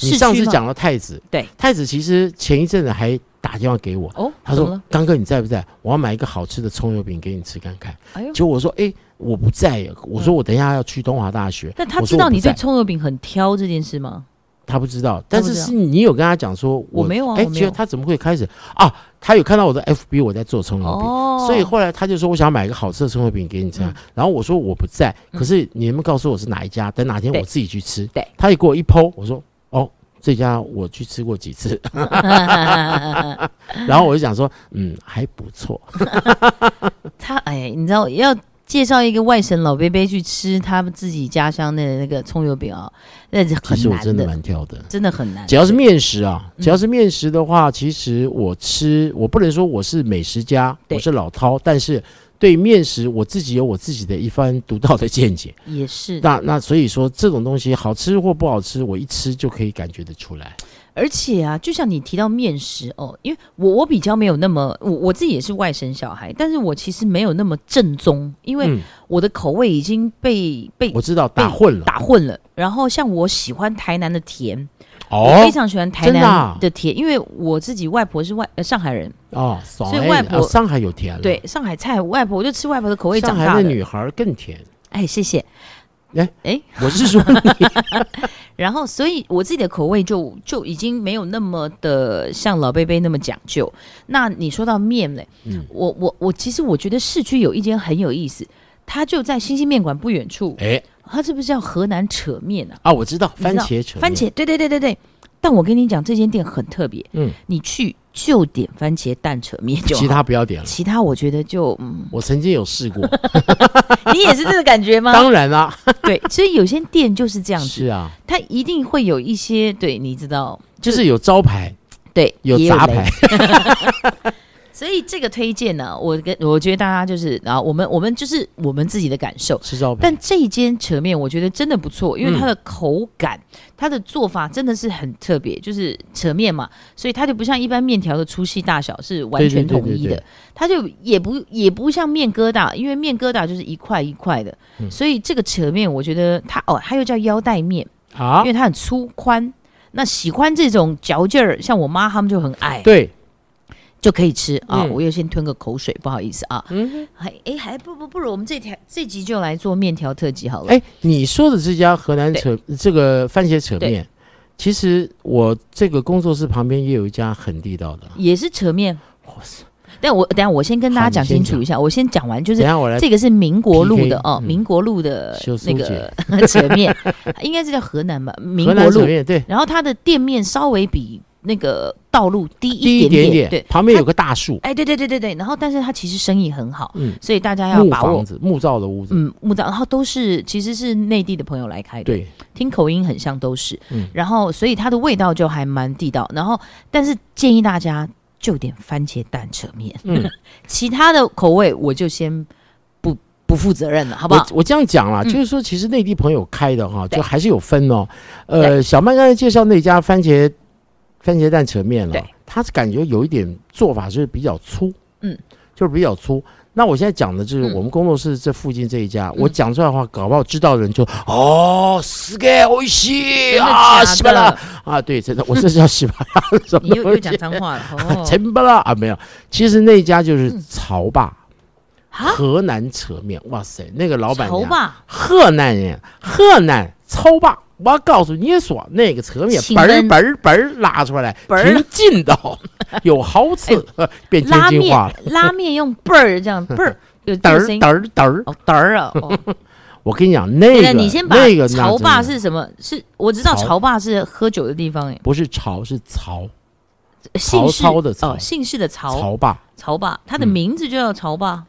A: 你
B: 市
A: 上
B: 区
A: 次
B: 吗
A: 讲了太子，
B: 对，
A: 太子其实前一阵子还打电话给我，
B: 哦，
A: 他
B: 怎么
A: 说
B: 了：“
A: 刚哥你在不在？我要买一个好吃的葱油饼给你吃看看。
B: 哎”呦，
A: 结果我说：“哎，我不在耶。”我说：“我等一下要去东华大学。”
B: 但他
A: 我
B: 知
A: 说
B: 道
A: 我不
B: 你嗯对
A: 在
B: 葱油饼很挑这件事吗？
A: 他不知道，但
B: 不
A: 是
B: 知道
A: 是你有跟他讲说
B: 我没有啊
A: 哎，
B: 我没
A: 结
B: 有
A: 果他怎么会开始啊？他有看到我的 FB 我在做葱油饼。
B: 哦，嗯
A: 所以 后来他就说，我想买一个好吃的葱油饼给你吃啊、然后我说我不在，可是你能不能告诉我是哪一家？等哪天
B: 对
A: 我自己去吃。
B: 对
A: 他也给我一剖，我说哦，这家我去吃过几 次，然后我就想说，嗯，还不错。
B: 他哎，你知道要介绍一个外省老伯伯去吃他们自己家乡的那个葱油饼啊，那
A: 其
B: 是很
A: 实我
B: 难
A: 真的蛮挑的，
B: 真的很难。
A: 只要是面食啊，
B: 嗯
A: 只要是面食的话，其实我吃，我不能说我是美食家，
B: 对
A: 我是老饕，但是对面食我自己有我自己的一番独到的见解。
B: 也是，
A: 那那所以说这种东西好吃或不好吃，我一吃就可以感觉得出来。
B: 而且啊，就像你提到面食哦，因为我我比较没有那么，我我自己也是外省小孩，但是我其实没有那么正宗，因为
A: 嗯，
B: 我的口味已经被被嗯
A: 我知道打混了，
B: 打混了。然后像我喜欢台南的甜，我非
A: 哦
B: 常喜欢台
A: 真的啊
B: 南的甜，因为我自己外婆是外、呃、上海人，
A: 哦，所
B: 以外婆
A: 上海有甜了，
B: 对上海菜，外婆我就吃外婆的口味
A: 哎上
B: 长
A: 海
B: 大
A: 的
B: 的。
A: 女孩儿更甜。
B: 哎，谢谢。
A: 我是 说
B: 然后，所以我自己的口味就就已经没有那么的像老贝贝那么讲究。那你说到面呢？
A: 嗯
B: 我我我其实我觉得市区有一间很有意思，它就在星星面馆不远处。
A: 哎
B: 它是不是叫河南扯面啊？
A: 啊，我知道
B: 你知
A: 番
B: 道
A: 茄扯面
B: 番茄，对对对对对。但我跟你讲，这间店很特别，
A: 嗯，
B: 你去就点番茄蛋扯面就好。
A: 其他不要点了。
B: 其他我觉得就嗯，
A: 我曾经有试 过，
B: 你也是这个感觉吗？
A: 当然啦，
B: 对，所以有些店就是这样
A: 是
B: 子，
A: 啊，
B: 它一定会有一些对，你知道，
A: 就是有招牌，
B: 对，
A: 有
B: 也
A: 杂
B: 雷
A: 牌，
B: 所以这个推荐呢，我跟我觉得大家就是啊，我们我们就是我们自己的感受。
A: 是招牌
B: 但。这一间扯面，我觉得真的不错，因为
A: 嗯
B: 它的口感、它的做法真的是很特别，就是扯面嘛，所以它就不像一般面条的粗细大小是完全统一
A: 对对对对
B: 的
A: 对，
B: 它就也不也不像面疙瘩，因为面疙瘩就是一块一块的，
A: 嗯
B: 所以这个扯面我觉得它哦，它又叫腰带面，
A: 啊
B: 因，为它很粗宽。那喜欢这种嚼劲儿，像我妈她们就很爱。
A: 对，
B: 就可以吃啊！
A: 嗯
B: 我又先吞个口水，不好意思啊。
A: 嗯，
B: 还哎，还不不不如我们这条这集就来做面条特辑好了。
A: 哎，你说的这家河南扯这个番茄扯面，其实我这个工作室旁边也有一家很地道的。
B: 也是扯面。
A: 哇塞！
B: 但我等一下我先跟大家
A: 好
B: 讲
A: 你先
B: 清楚一下，我先讲完就
A: 等一
B: 是
A: 下我来
B: 这个是民国路
A: PK
B: 的哦，
A: 嗯
B: 民国路的
A: 修苏
B: 那个 扯面，应该是叫河南吧，民
A: 河
B: 国
A: 南
B: 路
A: 扯。面，对，
B: 然后它的店面稍微比那个道路低
A: 低
B: 一
A: 一点
B: 点，对
A: 点，，旁边有个大树，
B: 哎，对对对对对。然后但是它其实生意很好，
A: 嗯，
B: 所以大家要
A: 木
B: 把握
A: 房。子，木造的屋子，
B: 嗯，木造，然后都是其实是内地的朋友来开的，
A: 对，
B: 听口音很像都是，
A: 嗯
B: 然后所以它的味道就还蛮地道。然后，但是建议大家就点番茄蛋扯面，
A: 嗯
B: 其他的口味我就先不不负责任了，好不好？
A: 我我这样讲啦，
B: 嗯
A: 就是说，其实内地朋友开的哈，
B: 对
A: 就还是有分哦。呃，小曼刚才介绍那家番茄番茄蛋扯面了
B: 对，
A: 他感觉有一点做法就是比较粗，
B: 嗯，
A: 就是比较粗。那我现在讲的就是
B: 嗯
A: 我们工作室这附近这一家，我讲出来的话，搞不好知道的人就哦，すげえ美味しい
B: 真的
A: 啊，西巴
B: 假
A: 拉
B: 的？
A: 啊，对，真的，我这叫西巴拉什
B: 你
A: 么
B: 又
A: 东
B: 又讲
A: 西？
B: 脏话了 哦？
A: 陈巴拉啊，没有，其实那一家就是
B: 嗯
A: 曹爸
B: 啊，
A: 河南扯面，哇塞，那个老板
B: 头
A: 娘。
B: 吧，
A: 河南人，河南超霸。我告诉你说，那个侧面
B: 请
A: 嘣儿
B: 问
A: 嘣儿嘣儿拉出来，
B: 嘣儿哎
A: 挺劲 道，有好吃， 变天
B: 拉
A: 津话了，
B: 面拉面用倍儿这样 倍儿，有这
A: 嘚
B: 个
A: 儿
B: 声音
A: 嘚儿嘚儿。
B: 哦嘚儿啊！ 哦，
A: 我跟你讲，那
B: 对
A: 个
B: 了，你先把
A: 那个
B: 潮
A: 那
B: 爸
A: 真的
B: 是什么？是我知道
A: 潮
B: 潮爸是喝酒的地方，哎，
A: 不是潮是曹
B: 姓氏
A: 曹操的曹
B: 哦，姓氏的曹
A: 曹霸
B: 曹爸，他的
A: 嗯
B: 名字就叫曹爸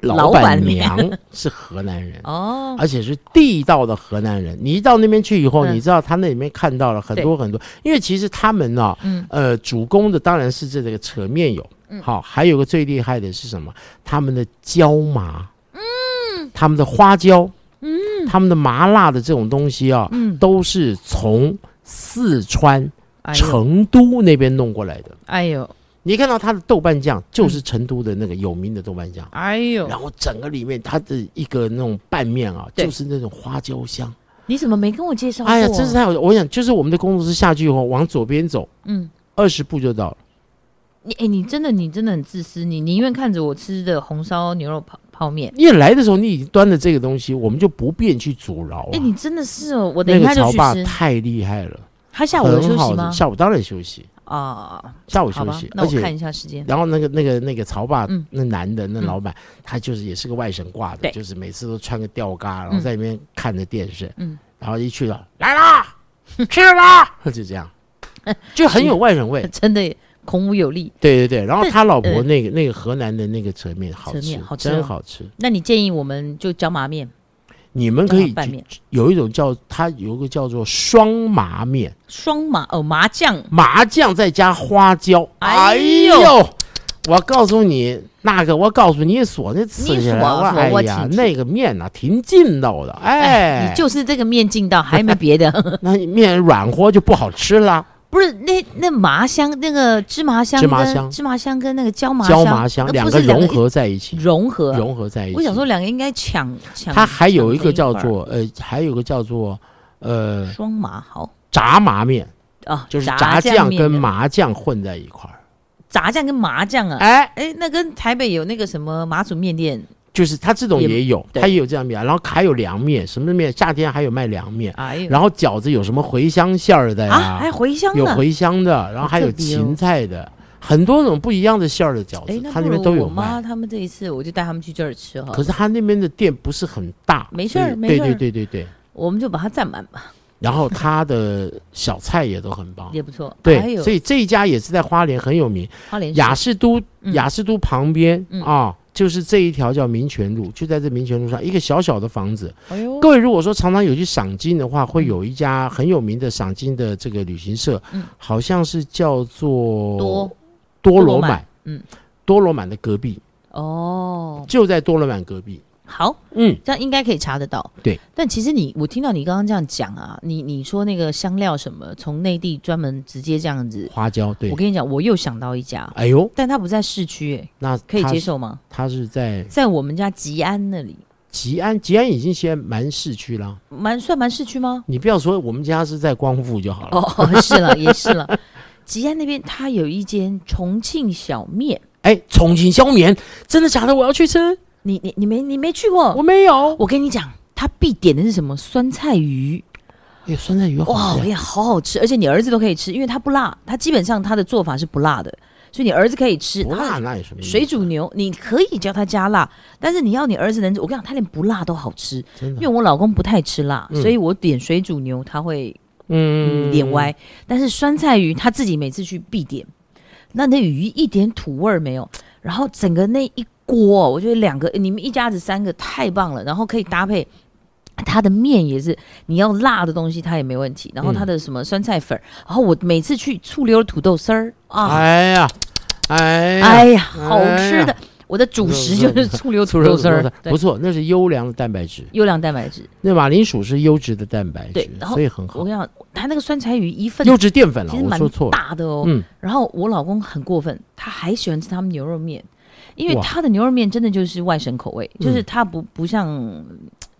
B: 老
A: 老
B: 板
A: 板娘是河南人，
B: 哦。
A: 而且是地道的河南人。你一到那边去以后，
B: 嗯
A: 你知道他那里面看到了很多很多，因为其实他们呢，
B: 嗯
A: 呃，主攻的当然是这个扯面有，好，还有个最厉害的是什么？他们的椒麻，嗯，他们的花椒，嗯，他们的麻辣的这种东西啊，
B: 嗯，
A: 都是从四川
B: 哎呦，
A: 成都那边弄过来的。
B: 哎呦，
A: 你看到它的豆瓣酱，就是成都的那个有名的豆瓣酱。
B: 哎呦，
A: 然后整个里面它的一个那种拌面啊，
B: 对
A: 就是那种花椒香。
B: 你怎么没跟我介绍过啊？
A: 哎呀，真是太好！我想就是我们的工作室下去以后，往左边走
B: 嗯，
A: 二十步就到了。
B: 你哎，你真的你真的很自私，你宁愿看着我吃的红烧牛肉泡泡面，
A: 因为来的时候你已经端着这个东西，我们就不便去阻挠、啊。
B: 哎，你真的是哦，我等
A: 那个
B: 一下就
A: 潮
B: 去
A: 爸
B: 吃。
A: 太厉害了，
B: 他下午有休
A: 很
B: 息
A: 好
B: 吗
A: 吃。？下午当然休息，
B: 啊，
A: 下午
B: 好
A: 休
B: 吧
A: 息，，
B: 那
A: 而
B: 我看
A: 且。
B: 一下时间。
A: 然后那个那个那个潮爸、
B: 嗯
A: 那男的那
B: 嗯
A: 老板，他就是也是个外省挂的，
B: 对
A: 就是每次都穿个吊嘎，然后
B: 嗯
A: 在里面看着电视，
B: 嗯
A: 然后一去了来 啦，吃啦，就这样，就很有外省味。
B: 真的孔武有力。
A: 对对对，然后
B: 但
A: 他老婆
B: 呃
A: 那个、那个河南的那个扯面好
B: 扯
A: 吃，
B: 面好吃
A: 真
B: 哦
A: 好吃。
B: 那你建议我们就椒麻面、
A: 你们嗯可
B: 椒麻
A: 以
B: 拌
A: 去
B: 面、
A: 有一种叫它有一个叫做双麻面，
B: 双麻哦麻酱，
A: 麻酱再加花椒。
B: 哎
A: 哎
B: 呦
A: 呦，我告诉你，那个我告诉你说，那吃起来
B: 你说
A: 哇
B: 说
A: 哎
B: 我
A: 呀
B: 请，吃
A: 那个面呐、挺劲道的，哎，
B: 你就是这个面劲道，还没别的。
A: 那你面软和就不好吃了。
B: 不是那那麻香那个芝麻香
A: 芝麻
B: 跟
A: 香
B: 芝麻香跟那个椒麻
A: 椒麻香
B: 香
A: 两
B: 那不
A: 个
B: 是
A: 融
B: 一
A: 合在一起，
B: 融合啊。
A: 融合在一起。
B: 我想说，两个应该抢抢。
A: 它还有一个叫
B: 抢成一块
A: 做呃，还有一个叫做
B: 儿
A: 呃
B: 双麻好
A: 炸麻面，
B: 啊，
A: 就是
B: 炸
A: 炸酱
B: 面
A: 跟
B: 的
A: 麻酱混在一块儿。
B: 炸酱跟麻酱啊，
A: 哎，
B: 哎、那跟台北有那个什么马祖面店，
A: 就是它这种
B: 也
A: 也有，
B: 对
A: 它也有这样面，然后还有凉面，什么面？夏天还有卖凉面，
B: 哎呦
A: 然后饺子有什么茴香馅儿哎的呀？
B: 啊，还茴香
A: 有
B: 呢。
A: 茴香的，然后还有
B: 特别哦
A: 芹菜的，很多种不一样的馅儿的饺
B: 哎，
A: 子，
B: 那
A: 它
B: 不
A: 那边
B: 如
A: 都有
B: 我妈
A: 卖。
B: 他们这一次，我就带他们去这儿吃哈
A: 可。是它那边的店不是很大，
B: 没事儿
A: 所以
B: 没
A: 对
B: 事
A: 对
B: 儿
A: 对对对。
B: 我们就把它占满吧，
A: 然后它的小菜也都很 棒，
B: 也不错。还
A: 对，
B: 有
A: 所以这一家也是在花莲很有名，
B: 花莲
A: 雅
B: 市
A: 士都
B: 嗯
A: 雅士都旁边
B: 嗯
A: 啊，就是这一条叫民权路，就在这民权路上一个小小的房子，
B: 哎呦，
A: 各位如果说常常有去赏金的话，会有一家很有名的赏金的这个旅行社，
B: 嗯
A: 好像是叫做
B: 多
A: 多
B: 罗
A: 罗
B: 满
A: 满，
B: 嗯，
A: 多罗满的隔壁，
B: 哦，
A: 就在多罗满隔壁，
B: 好，
A: 嗯，
B: 这样应该可以查得到。
A: 对，
B: 但其实你，我听到你刚刚这样讲啊，你你说那个香料什么，从内地专门直接这样子，
A: 花椒对
B: 我，跟你讲，我又想到一家，
A: 哎呦，
B: 但它不在市区、哎，
A: 那
B: 可以
A: 他
B: 接，受吗？
A: 他是在
B: 在我们家吉安那里，
A: 吉安，吉安已经先蛮市区了，
B: 蛮算蛮市区吗？
A: 你不要说我们家是在光复就好了，
B: 哦，是了， 也是了。吉安那边它有一间重庆小面，
A: 哎，重庆消眠，真的假的？我要去吃，
B: 你你你没你没去过？
A: 我
B: 哦我
A: 没有，
B: 跟你讲，它必点的是什么酸菜鱼，
A: 哎，酸菜鱼
B: 哇，
A: 好
B: 我
A: 吃，
B: 也好好吃，而且你儿子都可以吃，因为它不辣，它基本上它的做法是不辣的，所以你儿子可以吃。
A: 不辣
B: 它
A: 那有什么意思？
B: 啊水煮牛你可以叫他加辣，但是你要你儿子能，我跟你讲，他连不辣都好吃，
A: 真
B: 因
A: 的
B: 为，我老公不太吃辣，
A: 嗯
B: 所以我点水煮牛他会
A: 嗯
B: 嗯，脸歪。但是酸菜鱼他自己每次去必点，那那鱼一点土味儿没有，然后整个那一锅哦，我觉得两个你们一家子三个太棒了，然后可以搭配。它的面也是，你要辣的东西它也没问题。然后
A: 嗯
B: 它的什么酸菜粉儿，然后我每次去醋溜土豆丝儿啊，
A: 哎呀，哎呀。
B: 哎呀，
A: 哎
B: 好吃的！我的主食就是醋溜
A: 醋
B: 土
A: 溜
B: 豆
A: 土
B: 丝
A: 豆
B: 儿
A: 丝，
B: 对
A: 不错，那是优良的蛋白质。
B: 优良蛋白质。
A: 那马铃薯是优质的蛋白质
B: 对，然后
A: 所以很
B: 我
A: 好
B: 跟。你讲，它那个酸菜鱼一份
A: 优质淀粉了，
B: 其实
A: 我
B: 蛮
A: 说错了。
B: 大的哦，
A: 嗯，
B: 然后我老公很过分，他还喜欢吃他们牛肉面，因为
A: 哇
B: 他的牛肉面真的就是外省口味，
A: 嗯
B: 就是它不不像，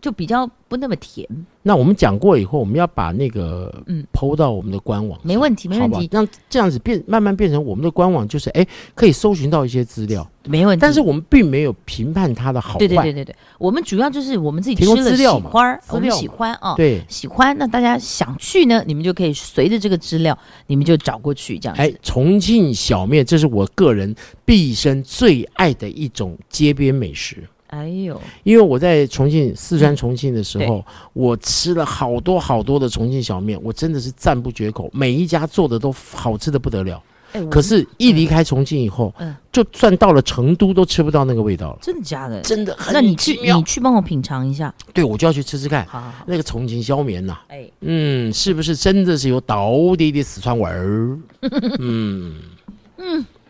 B: 就比较不那么甜。
A: 那我们讲过以后，我们要把那个
B: 嗯
A: 抛到我们的官网上，
B: 没问题没问题
A: 好吧让这样子变慢慢变成我们的官网，就是哎，可以搜寻到一些资料，
B: 没问题。
A: 但是我们并没有评判它的好坏。
B: 对对对对对，我们主要就是我们自己
A: 提
B: 吃
A: 供
B: 了
A: 资
B: 喜
A: 料嘛
B: 欢，
A: 资
B: 我们
A: 料
B: 喜
A: 嘛
B: 欢啊。
A: 对
B: 喜欢，那大家想去呢，你们就可以随着这个资料，你们就找过去这样子。
A: 哎，重庆小面，这是我个人毕生最爱的一种街边美食。
B: 哎呦，
A: 因为我在重庆、四
B: 嗯
A: 川重庆的时候，我吃了好多好多的重庆小面，我真的是赞不绝口，每一家做的都好吃的不得了。
B: 哎，我
A: 可是，一离开重庆以后，
B: 嗯
A: 就算到了成都都吃不到那个味道了，
B: 真的假的？
A: 真的
B: 那你
A: 很
B: 去
A: 奇
B: 你
A: 妙。
B: 去帮我品尝一下，
A: 对，我就要去吃吃看
B: 好好好。
A: 那个重庆小面呐、
B: 哎，
A: 嗯，是不是真的是有倒地的四川味儿？嗯嗯，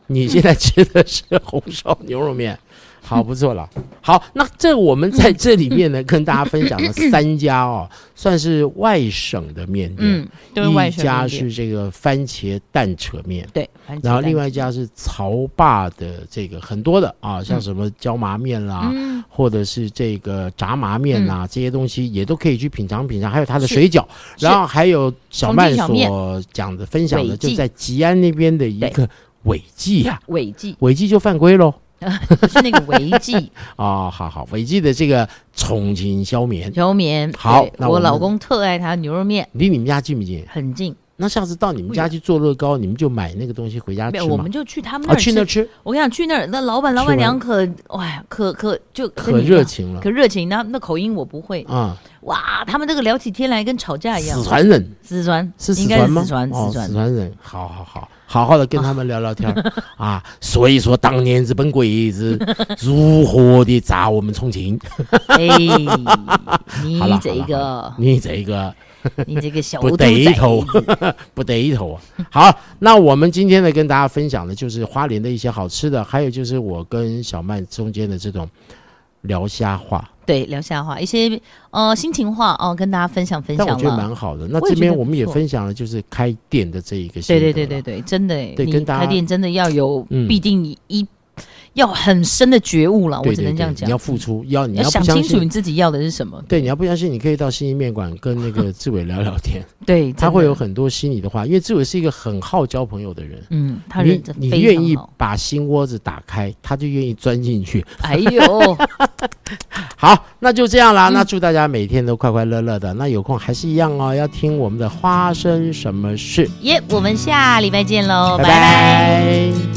A: 你现在吃的是红烧牛肉面，好不错了。好，那这我们在这里面呢，跟大家分享了三家哦，算是外省的面店，
B: 嗯，都是外
A: 一
B: 省
A: 家
B: 面
A: 是
B: 店
A: 这个番茄蛋扯面。
B: 对，番茄
A: 然后
B: 蛋
A: 另外一家是潮爸的这个很多的啊，像
B: 嗯
A: 什么椒麻面啦，
B: 嗯
A: 或者是这个炸麻面呐、这些东西也都可以去品尝品尝。还有它的水饺，
B: 是
A: 然后还有小曼
B: 重庆小
A: 所讲的分享的，
B: 尾记
A: 就在吉安那边的一个违纪呀、
B: 违纪
A: 违纪就犯规喽
B: 不是那个违 纪，
A: 啊！好好，违纪的这个重庆消眠
B: 牛肉面。
A: 好
B: 对
A: 那
B: 我
A: 我们
B: 老公特爱他牛肉面，
A: 离你们家近不近？
B: 很近。
A: 那下次到你们家去做乐高，你们就买那个东西回家
B: 没
A: 吃
B: 有，我
A: 嘛
B: 们。就去他们那
A: 啊，
B: 儿
A: 去那儿
B: 吃。
A: 吃
B: 我跟你讲，去那儿那老板老板娘可哎呀，可可就
A: 可热，情啊了
B: 可热情。那那口音我不会
A: 啊！
B: 哇，他们这个聊起天来跟吵架一样
A: 四。川人
B: 四川
A: 是四
B: 应该
A: 川
B: 是
A: 吗？
B: 四川，
A: 哦
B: 四，川
A: 四川人，好好好，好好的跟他们聊聊天儿啊。所以说，当年日本鬼子如何的砸我们重庆，
B: 哎，你
A: 好了
B: 这
A: 好了
B: 个
A: 你这个
B: 你这个小
A: 不
B: 兔
A: 得
B: 崽
A: 头
B: 子，
A: 不得头啊！好，那我们今天呢，跟大家分享的就是花莲的一些好吃的，还有就是我跟小曼中间的这种聊瞎话，
B: 对，聊下话一些呃心情话哦，跟大家分享分
A: 但我
B: 享
A: 觉得
B: 了。
A: 蛮好的。那
B: 我也
A: 这
B: 觉
A: 边
B: 得
A: 我们也
B: 不错
A: 分享了，就是开店的这一个心得
B: 对对
A: 了，
B: 对对对，真的耶，
A: 对
B: 你
A: 跟大家
B: 开店真的要有
A: 嗯
B: 必定一、要很深的觉悟了，我
A: 对
B: 只
A: 对
B: 能这
A: 对
B: 样，讲
A: 你要。付出，要你
B: 要
A: 要
B: 想
A: 不
B: 清
A: 相
B: 楚
A: 信
B: 你。自己要的是什么。
A: 对，你要不相信，你可以到新一面馆跟那个志伟聊聊天，
B: 对，
A: 他
B: 真
A: 会
B: 的
A: 有很多心里的话，因为志伟是一个很好交朋友的人，
B: 嗯，他
A: 你
B: 人真
A: 你
B: 非
A: 愿
B: 常
A: 意
B: 好
A: 把心窝子打开，他就愿意钻进去。
B: 哎呦，
A: 好，那就这
B: 嗯
A: 样啦。那祝大家每天都快快乐乐的。那有空还是一样哦，要听我们的花生什么事。
B: 耶！我们下礼拜见喽，
A: 拜
B: 拜拜
A: 拜